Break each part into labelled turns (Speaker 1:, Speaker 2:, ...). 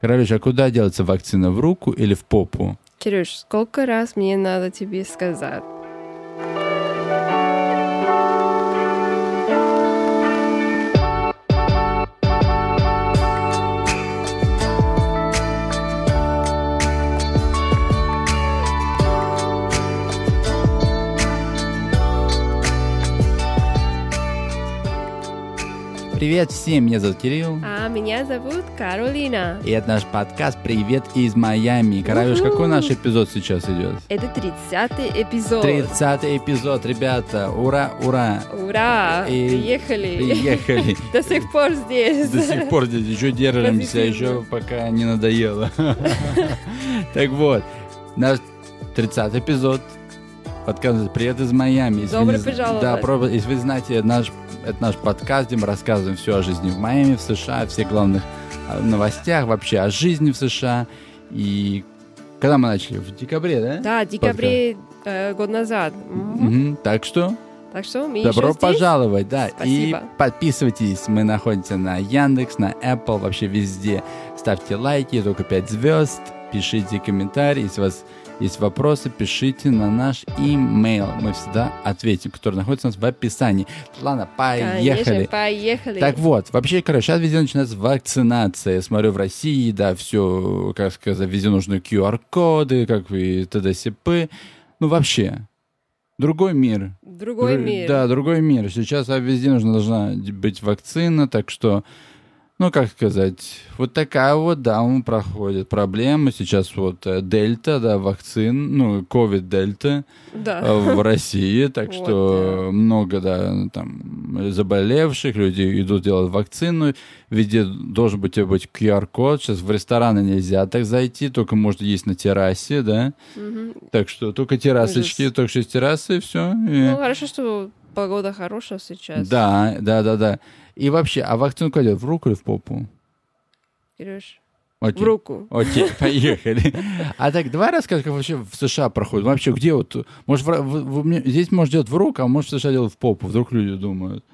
Speaker 1: Короче, а куда делается вакцина? В руку или в попу?
Speaker 2: Кирюш, сколько раз мне надо тебе сказать?
Speaker 1: Привет всем, меня зовут Кирилл.
Speaker 2: А меня зовут Каролина.
Speaker 1: И это наш подкаст «Привет из Майами». Каравиш,
Speaker 2: Уху.
Speaker 1: какой наш эпизод сейчас идет?
Speaker 2: Это 30 эпизод.
Speaker 1: Тридцатый эпизод, ребята. Ура, ура.
Speaker 2: Ура!
Speaker 1: И-
Speaker 2: А, Приехали!
Speaker 1: Приехали.
Speaker 2: До сих пор здесь.
Speaker 1: До сих пор здесь еще держимся, а
Speaker 2: Позитивно.
Speaker 1: еще пока не надоело. Так вот, наш 30 эпизод подкаста «Привет из Майами». Если вы
Speaker 2: Добро
Speaker 1: не-
Speaker 2: пожаловать.
Speaker 1: Да, про- если вы знаете, наш, это наш подкаст, где мы рассказываем все о жизни в Майами, в США, о всех главных а, новостях, вообще о жизни в США. И когда мы начали? В декабре, да?
Speaker 2: Да, в декабре э, год назад. Мгм.
Speaker 1: Мгм. Так что
Speaker 2: Так что мы
Speaker 1: Добро
Speaker 2: еще здесь.
Speaker 1: пожаловать, да.
Speaker 2: Спасибо.
Speaker 1: И подписывайтесь. Мы находимся на Яндекс, на Apple, вообще везде. Ставьте лайки, только 5 звезд. Пишите комментарии. Если у вас есть вопросы, пишите на наш имейл. Мы всегда ответим, который находится у нас в описании. Ладно, поехали.
Speaker 2: Конечно, поехали.
Speaker 1: Так вот, вообще, короче, сейчас везде начинается вакцинация. Я смотрю, в России, да, все, как сказать, везде нужны QR-коды, как и т.д. сп. Ну, вообще, другой мир.
Speaker 2: Другой
Speaker 1: Дру-
Speaker 2: мир.
Speaker 1: Да, другой мир. Сейчас а, везде нужна должна быть вакцина, так что, ну, как сказать, вот такая вот, да, он проходит проблема. Сейчас вот э, дельта, да, вакцин, ну, ковид-дельта
Speaker 2: Да.
Speaker 1: э, в России, так
Speaker 2: Вот,
Speaker 1: что много, да, ну, там, заболевших, люди идут делать вакцину, везде должен быть, э, быть QR-код, сейчас в рестораны нельзя так зайти, только можно есть на террасе, да,
Speaker 2: Мгм.
Speaker 1: так что только террасочки,
Speaker 2: Ужас.
Speaker 1: только что с террасы, и все.
Speaker 2: Ну, хорошо, что погода хорошая сейчас.
Speaker 1: Да, да, да, да. И вообще, а вакцину кладет в руку или в попу?
Speaker 2: Кирюш,
Speaker 1: Окей.
Speaker 2: в руку.
Speaker 1: Окей, поехали. А так, давай расскажешь, как вообще в США проходит. Вообще, где вот... Может, в Ра- в- в- мне- здесь, может, делать в руку, а может, в США делают в попу. Вдруг люди думают.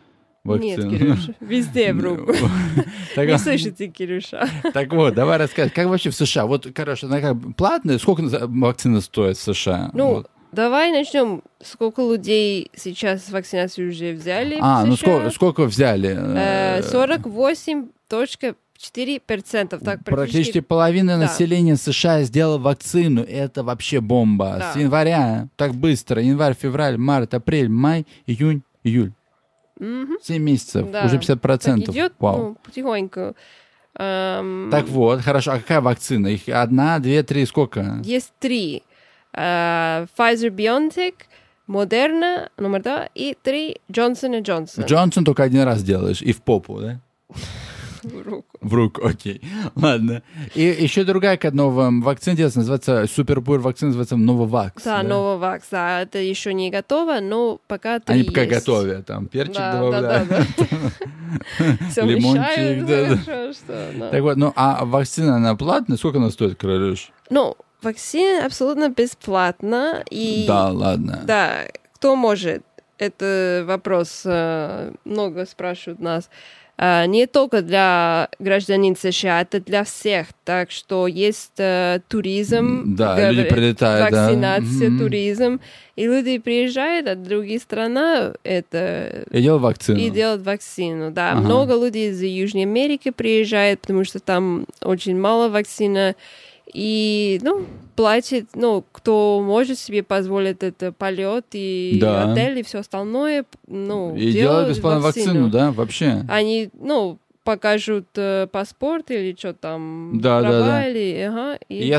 Speaker 1: Вакцину.
Speaker 2: Нет, Кирюш, везде в руку.
Speaker 1: Ну, Так,
Speaker 2: Не слышите, Кирюша.
Speaker 1: так вот, давай расскажешь, как вообще в США? Вот, короче, она как платная? Сколько за- вакцина стоит в США?
Speaker 2: Ну,
Speaker 1: Вот.
Speaker 2: давай начнем. Сколько людей сейчас вакцинацию уже взяли?
Speaker 1: А,
Speaker 2: в
Speaker 1: ну
Speaker 2: США?
Speaker 1: сколько, сколько взяли?
Speaker 2: Э,
Speaker 1: Э,
Speaker 2: 48.4%. Так,
Speaker 1: Практически
Speaker 2: практически...
Speaker 1: половина
Speaker 2: да.
Speaker 1: населения США сделала вакцину. Это вообще бомба.
Speaker 2: Да.
Speaker 1: С января так быстро. Январь, февраль, март, апрель, май, июнь, июль.
Speaker 2: Мгм.
Speaker 1: 7 месяцев.
Speaker 2: Да.
Speaker 1: Уже 50%.
Speaker 2: Так идет,
Speaker 1: Вау.
Speaker 2: ну, потихоньку. Эм,
Speaker 1: Так вот, хорошо. А какая вакцина? Их одна, две, три, сколько?
Speaker 2: Есть три. Э, Pfizer BioNTech, Moderna, номер два, и три Johnson Johnson.
Speaker 1: Джонсон только один раз делаешь. И в попу, да?
Speaker 2: В руку.
Speaker 1: В руку, окей. Ладно. И еще другая к одного вакцина делается, называется суперпур вакцина, называется Нововакс.
Speaker 2: Да, Novavax, да, это еще не готово, но пока три
Speaker 1: Они пока
Speaker 2: есть.
Speaker 1: готовят, там перчик
Speaker 2: Да, да,
Speaker 1: добавляют.
Speaker 2: да, Все
Speaker 1: Лимончик,
Speaker 2: мешают,
Speaker 1: да, да.
Speaker 2: хорошо, что, ну.
Speaker 1: Так вот, ну а вакцина, она платная? Сколько она стоит, Королюш?
Speaker 2: Ну, вакцина абсолютно бесплатна. И
Speaker 1: Да, ладно.
Speaker 2: Да, кто может? Это вопрос, э, много спрашивают нас. Э, Не только для гражданин США, это для всех. Так что есть э, туризм,
Speaker 1: М, да,
Speaker 2: говорят,
Speaker 1: люди прилетают, да.
Speaker 2: вакцинация,
Speaker 1: Мгм.
Speaker 2: туризм. И люди приезжают от других стран, это
Speaker 1: Я делал вакцину.
Speaker 2: и делают вакцину, да.
Speaker 1: Ага.
Speaker 2: Много людей из Южной Америки приезжает, потому что там очень мало вакцина. И, ну, платит, ну, кто может себе позволить это полет и
Speaker 1: Да.
Speaker 2: отель и все остальное, ну,
Speaker 1: И делают бесплатно вакцину. да, вообще.
Speaker 2: Они, ну, покажут э, паспорт или что там,
Speaker 1: Да, да,
Speaker 2: права
Speaker 1: да.
Speaker 2: или, ага, и
Speaker 1: И я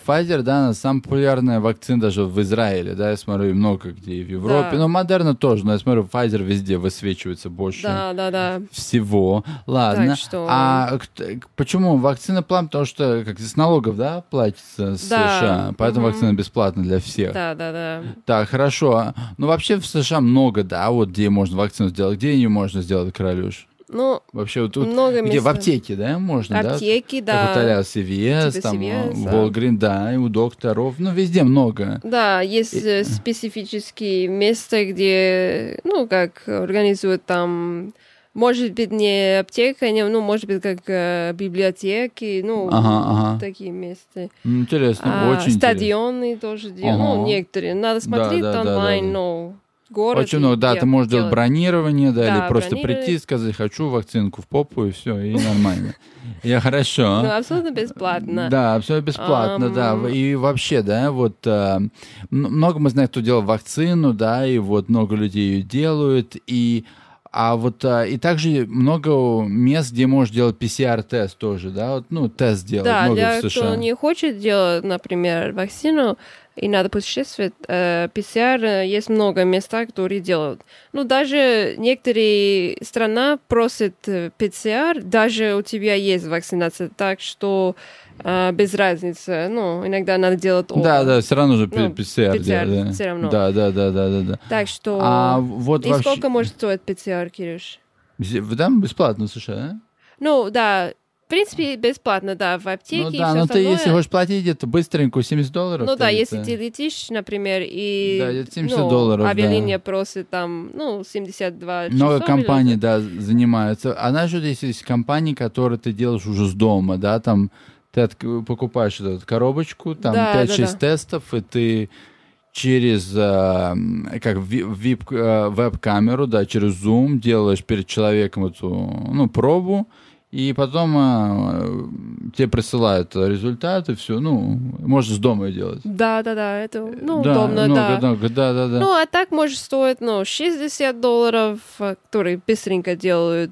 Speaker 1: смотрю, Pfizer, да, она самая популярная вакцина даже в Израиле, да, я смотрю, и много где и в Европе,
Speaker 2: Да.
Speaker 1: но Модерна тоже, но я смотрю, Pfizer везде высвечивается больше
Speaker 2: Да, да, да.
Speaker 1: всего. Ладно,
Speaker 2: Так что-
Speaker 1: а кто- почему вакцина план, потому что как с налогов, да, платится с
Speaker 2: Да.
Speaker 1: США, поэтому
Speaker 2: Мгм.
Speaker 1: вакцина бесплатна для всех.
Speaker 2: Да, да, да.
Speaker 1: Так, хорошо. Ну, вообще в США много, да, вот где можно вакцину сделать, где ее можно сделать, королюш?
Speaker 2: Ну,
Speaker 1: Вообще вот тут,
Speaker 2: много
Speaker 1: где, в
Speaker 2: места.
Speaker 1: аптеке, да, можно, да?
Speaker 2: Аптеки, да.
Speaker 1: Как у Толя CVS,
Speaker 2: Типа
Speaker 1: там, э,
Speaker 2: CVS, да.
Speaker 1: Волгрин, да, и у докторов, ну, везде много.
Speaker 2: Да, есть э, специфические места, где, ну, как организуют там Может быть, не аптека, не, ну, может быть, как э, библиотеки, ну,
Speaker 1: Ага, ага.
Speaker 2: такие места.
Speaker 1: М, Ну, Интересно,
Speaker 2: А,
Speaker 1: очень интересно.
Speaker 2: стадионы тоже делают, ну,
Speaker 1: Ага.
Speaker 2: некоторые. Надо смотреть
Speaker 1: да, да, да,
Speaker 2: онлайн,
Speaker 1: да.
Speaker 2: но город.
Speaker 1: Очень
Speaker 2: и
Speaker 1: много, да,
Speaker 2: где
Speaker 1: ты можешь делать
Speaker 2: делать.
Speaker 1: бронирование, да,
Speaker 2: Да,
Speaker 1: или просто прийти,
Speaker 2: бронировать.
Speaker 1: сказать, хочу вакцинку в попу, и все, и нормально. Я хорошо.
Speaker 2: Ну, абсолютно бесплатно.
Speaker 1: Да, абсолютно бесплатно, да.
Speaker 2: Ам.
Speaker 1: И вообще, да, вот э, м- много мы знаем, кто делал вакцину, да, и вот много людей ее делают, и а вот э, и также много мест, где можешь делать PCR-тест тоже, да, вот, ну тест делать
Speaker 2: Да,
Speaker 1: много в
Speaker 2: для
Speaker 1: США.
Speaker 2: кто не хочет делать, например, вакцину, и надо путешествовать, э, ПЦР э, есть много места, которые делают. Ну, даже некоторые страны просят э, ПЦР, даже у тебя есть вакцинация, так что э, без разницы. Ну, иногда надо делать оба.
Speaker 1: Да, да, все равно же
Speaker 2: Ну,
Speaker 1: PCR,
Speaker 2: PCR
Speaker 1: делать, да.
Speaker 2: всё равно.
Speaker 1: Да, да, да, да, да, да.
Speaker 2: Так что...
Speaker 1: А вот
Speaker 2: и
Speaker 1: вообще...
Speaker 2: сколько может стоить ПЦР, Кирюш?
Speaker 1: Зе- Да, бесплатно а? в США, да?
Speaker 2: Ну, да, в принципе, бесплатно, да, в аптеке
Speaker 1: ну
Speaker 2: и
Speaker 1: да,
Speaker 2: всё
Speaker 1: но ты, если
Speaker 2: остальное.
Speaker 1: хочешь платить, это быстренько 70 долларов.
Speaker 2: Ну да,
Speaker 1: ты
Speaker 2: если
Speaker 1: это-
Speaker 2: ты летишь, например, и...
Speaker 1: Да, это 70
Speaker 2: ну,
Speaker 1: долларов, да.
Speaker 2: Авиалиния просит там, ну, 72
Speaker 1: Много
Speaker 2: часа
Speaker 1: компаний,
Speaker 2: или-
Speaker 1: да, занимаются. А знаешь, вот здесь есть компании, которые ты делаешь уже с дома, да, там ты отк- покупаешь эту коробочку, там
Speaker 2: Да, да,
Speaker 1: 5-6
Speaker 2: да.
Speaker 1: тестов, и ты через а, м, как ви- вип- э, веб-камеру, да, через Zoom делаешь перед человеком эту, ну, пробу, и потом а, э, тебе присылают результаты, все, ну, можешь с дома и делать.
Speaker 2: Да, да, да, это, ну,
Speaker 1: Э, да,
Speaker 2: удобно,
Speaker 1: много,
Speaker 2: да.
Speaker 1: много, да, да, да.
Speaker 2: Ну, а так может стоит, ну, 60 долларов, а, которые быстренько делают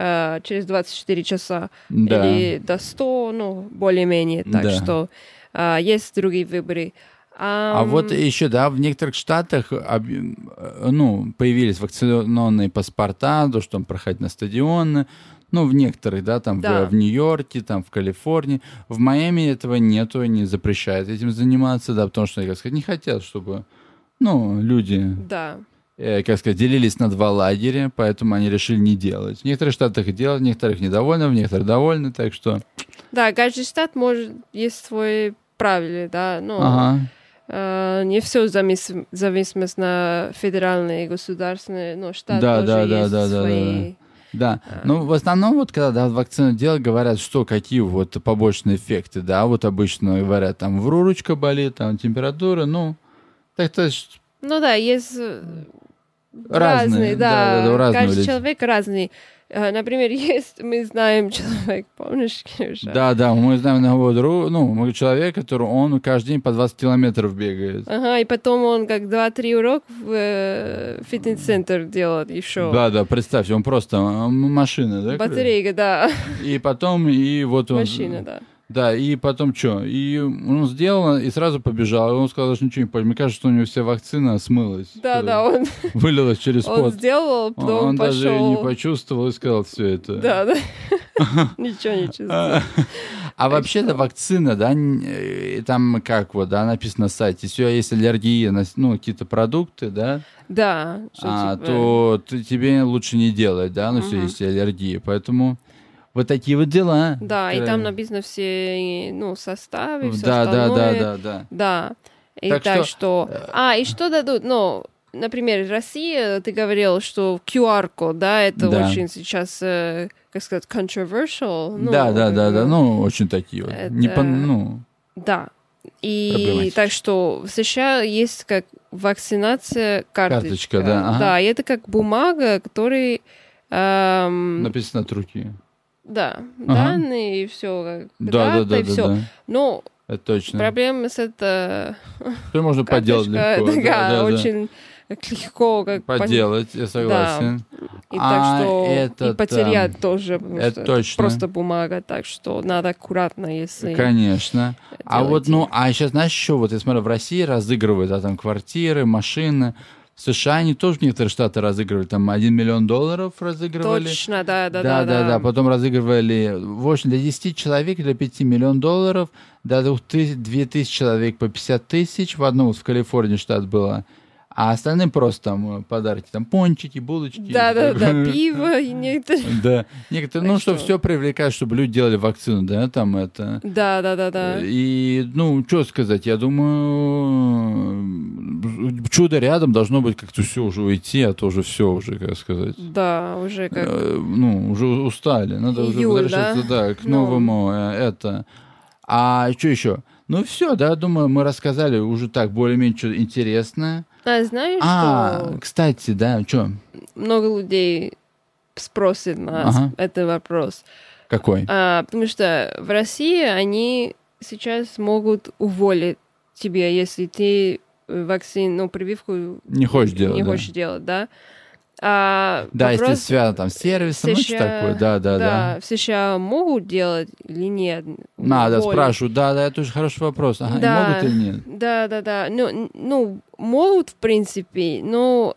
Speaker 2: а, через 24 часа.
Speaker 1: да.
Speaker 2: Ну, Или до 100, ну, более-менее. Так
Speaker 1: Да.
Speaker 2: что а, есть другие выборы.
Speaker 1: А вот
Speaker 2: Ам,
Speaker 1: еще, да, в некоторых штатах об- э, ну, появились вакцинационные паспорта, то, что там проходить на стадионы. Ну, в некоторых, да, там в-
Speaker 2: Да.
Speaker 1: в, Нью-Йорке, там в Калифорнии. В Майами этого нету, не запрещают этим заниматься, да, потому что, как сказать, не хотят, чтобы, ну, люди,
Speaker 2: Да.
Speaker 1: э, как сказать, делились на два лагеря, поэтому они решили не делать. В некоторых штатах делают, в некоторых недовольны, в некоторых довольны, так что...
Speaker 2: Да, каждый штат может, есть свои правила, да, ну...
Speaker 1: Ага.
Speaker 2: Э, не все зависимость на федеральные и государственные, но штат
Speaker 1: Да,
Speaker 2: тоже
Speaker 1: да, да,
Speaker 2: есть
Speaker 1: да, да, да,
Speaker 2: свои.
Speaker 1: Да,
Speaker 2: А.
Speaker 1: ну в основном вот когда да, вакцину делают, говорят, что какие вот побочные эффекты, да, вот обычно говорят, там врурочка болит, там температура, ну, так то есть,
Speaker 2: Ну да, есть э,
Speaker 1: Разные, да,
Speaker 2: да,
Speaker 1: да, да, разные
Speaker 2: каждый
Speaker 1: люди.
Speaker 2: человек разный. Э, Например, есть, мы знаем человек, помнишь, Кирюша?
Speaker 1: да, да, мы знаем одного друга, ну, мы человек, который, он каждый день по 20 километров бегает.
Speaker 2: Ага, и потом он как 2-3 урока в э, фитнес-центр делает еще.
Speaker 1: Да, да, представьте, он просто а, м, машина, да?
Speaker 2: Батарейка, да,
Speaker 1: крутит? И потом, и вот он...
Speaker 2: машина, да.
Speaker 1: Да, и потом что? И он сделал, и сразу побежал, и он сказал, что ничего не понял. Мне кажется, что у него вся вакцина смылась.
Speaker 2: Да, да, он,
Speaker 1: Вылилась через
Speaker 2: он
Speaker 1: пот.
Speaker 2: сделал,
Speaker 1: Он,
Speaker 2: потом
Speaker 1: даже и не
Speaker 2: пошел.
Speaker 1: почувствовал и сказал все это.
Speaker 2: Да, да. Ничего не чувствует.
Speaker 1: А, А вообще-то вакцина, да, н- э, там как вот, да, написано на сайте, а если у тебя есть аллергия на с- ну, какие-то продукты, да,
Speaker 2: Да, что
Speaker 1: а,
Speaker 2: типа-
Speaker 1: то ты- тебе лучше не делать, да, ну, если
Speaker 2: Мгм.
Speaker 1: есть аллергия. Поэтому вот такие вот дела.
Speaker 2: Да, и
Speaker 1: Э,
Speaker 2: там написано все, ну, составы, все
Speaker 1: Да, да, да,
Speaker 2: остальное.
Speaker 1: да, да.
Speaker 2: Да. И
Speaker 1: Так
Speaker 2: так,
Speaker 1: что- э,
Speaker 2: что... А, и что дадут? Ну, например, Россия, ты говорил, что QR-код, да, это
Speaker 1: Да.
Speaker 2: очень сейчас, э, как сказать, controversial. ну,
Speaker 1: Да, да, да, да,
Speaker 2: э,
Speaker 1: ну, очень такие вот. Не по,
Speaker 2: это-
Speaker 1: ну,
Speaker 2: Да. И
Speaker 1: Проблематично.
Speaker 2: так что в США есть как вакцинация карточка.
Speaker 1: Карточка, да, ага.
Speaker 2: Да, и это как бумага, который... эм,
Speaker 1: написано от руки.
Speaker 2: Да,
Speaker 1: Ага.
Speaker 2: данные и все,
Speaker 1: Да, да, да,
Speaker 2: и
Speaker 1: да,
Speaker 2: все.
Speaker 1: да.
Speaker 2: Ну,
Speaker 1: Это точно.
Speaker 2: проблемы с это
Speaker 1: Что можно Ну, поделать
Speaker 2: карточка,
Speaker 1: легко.
Speaker 2: да,
Speaker 1: да, да, да.
Speaker 2: очень легко как пон-
Speaker 1: Поделать, я согласен.
Speaker 2: и
Speaker 1: А
Speaker 2: так что
Speaker 1: этот,
Speaker 2: и потерять тоже, потому
Speaker 1: это
Speaker 2: что
Speaker 1: точно.
Speaker 2: просто бумага, так что надо аккуратно, если
Speaker 1: Конечно. А
Speaker 2: делаете.
Speaker 1: вот, ну, а сейчас, знаешь, еще вот я смотрю, в России разыгрывают, да, там квартиры, машины. В США они тоже в некоторые штаты разыгрывали, там 1 миллион долларов разыгрывали.
Speaker 2: точно, да, да,
Speaker 1: да,
Speaker 2: да,
Speaker 1: да, Потом разыгрывали, в общем, для 10 человек, для 5 миллион долларов, до 2000 человек по 50 тысяч. В одном вот в Калифорнии штат было. А остальным просто там э, подарки, там пончики, булочки.
Speaker 2: Да-да-да, пиво и некоторые...
Speaker 1: Да. Некоторые, ну,
Speaker 2: Так
Speaker 1: что
Speaker 2: что-
Speaker 1: все привлекает, чтобы люди делали вакцину, да, там это.
Speaker 2: Да-да-да-да.
Speaker 1: Э, И, ну, что сказать, я думаю, э, чудо рядом должно быть как-то все уже уйти, а то уже все уже, как сказать.
Speaker 2: Да, уже как...
Speaker 1: Э, ну, уже устали. Надо уже
Speaker 2: Июль,
Speaker 1: возвращаться, да, к
Speaker 2: Ну.
Speaker 1: новому э, это. А что еще? Ну все, да, думаю, мы рассказали уже так более-менее что интересное.
Speaker 2: А знаешь,
Speaker 1: а,
Speaker 2: что
Speaker 1: кстати, да, что?
Speaker 2: много людей спросит нас
Speaker 1: Ага.
Speaker 2: этот вопрос.
Speaker 1: Какой?
Speaker 2: А, потому что в России они сейчас могут уволить тебя, если ты э, вакцину, ну, прививку
Speaker 1: не хочешь делать?
Speaker 2: не
Speaker 1: да,
Speaker 2: хочешь делать, да? А
Speaker 1: да если
Speaker 2: вопрос-
Speaker 1: связано там с сервисом, ну,
Speaker 2: США,
Speaker 1: что такое, да, да, да.
Speaker 2: в США могут делать или нет?
Speaker 1: Надо
Speaker 2: Уволить.
Speaker 1: спрашивать, да, да, это уже хороший вопрос. Ага, и
Speaker 2: Да.
Speaker 1: могут или нет?
Speaker 2: Да, да, да. Ну, н- ну, могут, в принципе, но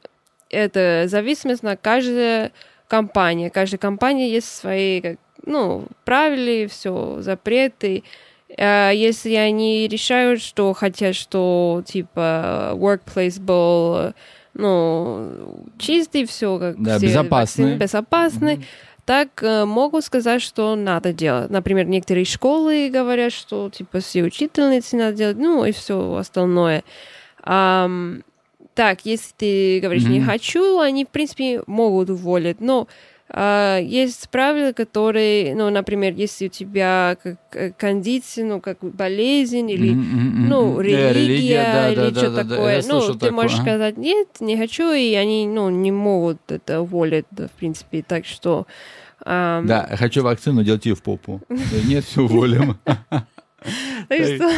Speaker 2: это зависимость на каждая компания. Каждая компания есть свои, как, ну, правила, все, запреты. А Если они решают, что хотят, что типа workplace был, ну, чистый, все как
Speaker 1: Да,
Speaker 2: все
Speaker 1: безопасный.
Speaker 2: вакцины безопасный,
Speaker 1: Мгм.
Speaker 2: так э, могу сказать, что надо делать. Например, некоторые школы говорят, что типа все учительницы надо делать, ну и все остальное. Ам, так, если ты говоришь не
Speaker 1: Мгм.
Speaker 2: хочу, они в принципе могут уволить, но а, есть правила, которые, ну, например, если у тебя как э, кондиция, ну, как болезнь или
Speaker 1: Мгм, мгм,
Speaker 2: ну,
Speaker 1: мгм. Да,
Speaker 2: религия,
Speaker 1: М-м-м. Э, да,
Speaker 2: или
Speaker 1: да, да,
Speaker 2: что
Speaker 1: да, да,
Speaker 2: такое.
Speaker 1: я
Speaker 2: ну,
Speaker 1: слышал
Speaker 2: ты
Speaker 1: такое,
Speaker 2: можешь
Speaker 1: ага.
Speaker 2: сказать, нет, не хочу, и они, ну, не могут это уволить, в принципе, так что... ам,
Speaker 1: Да, хочу вакцину, делать ее в попу. Да Нет, все уволим.
Speaker 2: так
Speaker 1: так.
Speaker 2: ну что-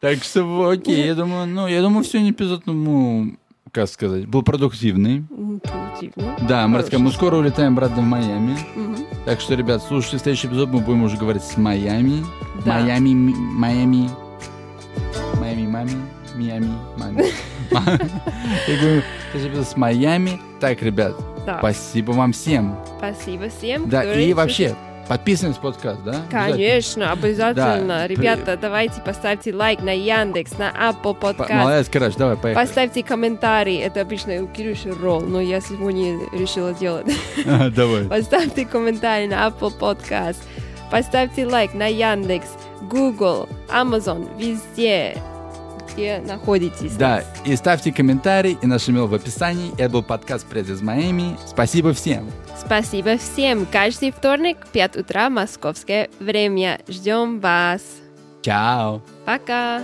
Speaker 1: Так что, в- окей, я думаю, ну, я думаю, сегодня эпизод, ну, как сказать, был продуктивный.
Speaker 2: М, позитивно.
Speaker 1: Да, мы расскажем, мы скоро улетаем обратно в Майами.
Speaker 2: Мгм.
Speaker 1: Так что, ребят, слушайте следующий эпизод, мы будем уже говорить с Майами.
Speaker 2: Да.
Speaker 1: Майами, ми- Майами, Майами, мами, Миами, мами. И будем следующий эпизод с Майами. Так, ребят,
Speaker 2: Да.
Speaker 1: спасибо вам всем.
Speaker 2: Спасибо всем.
Speaker 1: Да,
Speaker 2: которые
Speaker 1: и вообще, подписывайтесь на подкаст, да? Обязательно.
Speaker 2: Конечно, обязательно.
Speaker 1: Да, при-
Speaker 2: Ребята, давайте поставьте лайк на Яндекс, на Apple
Speaker 1: П-
Speaker 2: Podcast.
Speaker 1: Молодец, короче, давай, поехали.
Speaker 2: Поставьте комментарий. Это обычно у Кирюши ролл, но я сегодня решила делать.
Speaker 1: Давай.
Speaker 2: Поставьте комментарий на Apple Podcast. Поставьте лайк на Яндекс, Google, Amazon, везде, где находитесь.
Speaker 1: Да, и ставьте комментарий, и наш имейл в описании. Это был подкаст «Привет из Майами». Спасибо всем.
Speaker 2: Спасибо всем. Каждый вторник, 5 утра, московское время. Ждем вас.
Speaker 1: Чао.
Speaker 2: Пока.